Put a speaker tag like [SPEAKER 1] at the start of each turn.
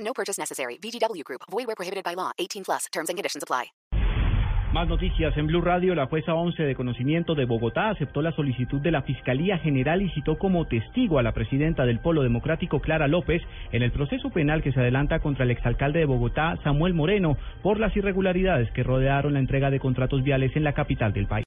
[SPEAKER 1] No purchase necessary. VGW Group. Void where prohibited by law. 18 plus. Terms and conditions apply.
[SPEAKER 2] Más noticias en Blue Radio. La jueza 11 de conocimiento de Bogotá aceptó la solicitud de la Fiscalía General y citó como testigo a la presidenta del Polo Democrático, Clara López, en el proceso penal que se adelanta contra el exalcalde de Bogotá, Samuel Moreno, por las irregularidades que rodearon la entrega de contratos viales en la capital del país.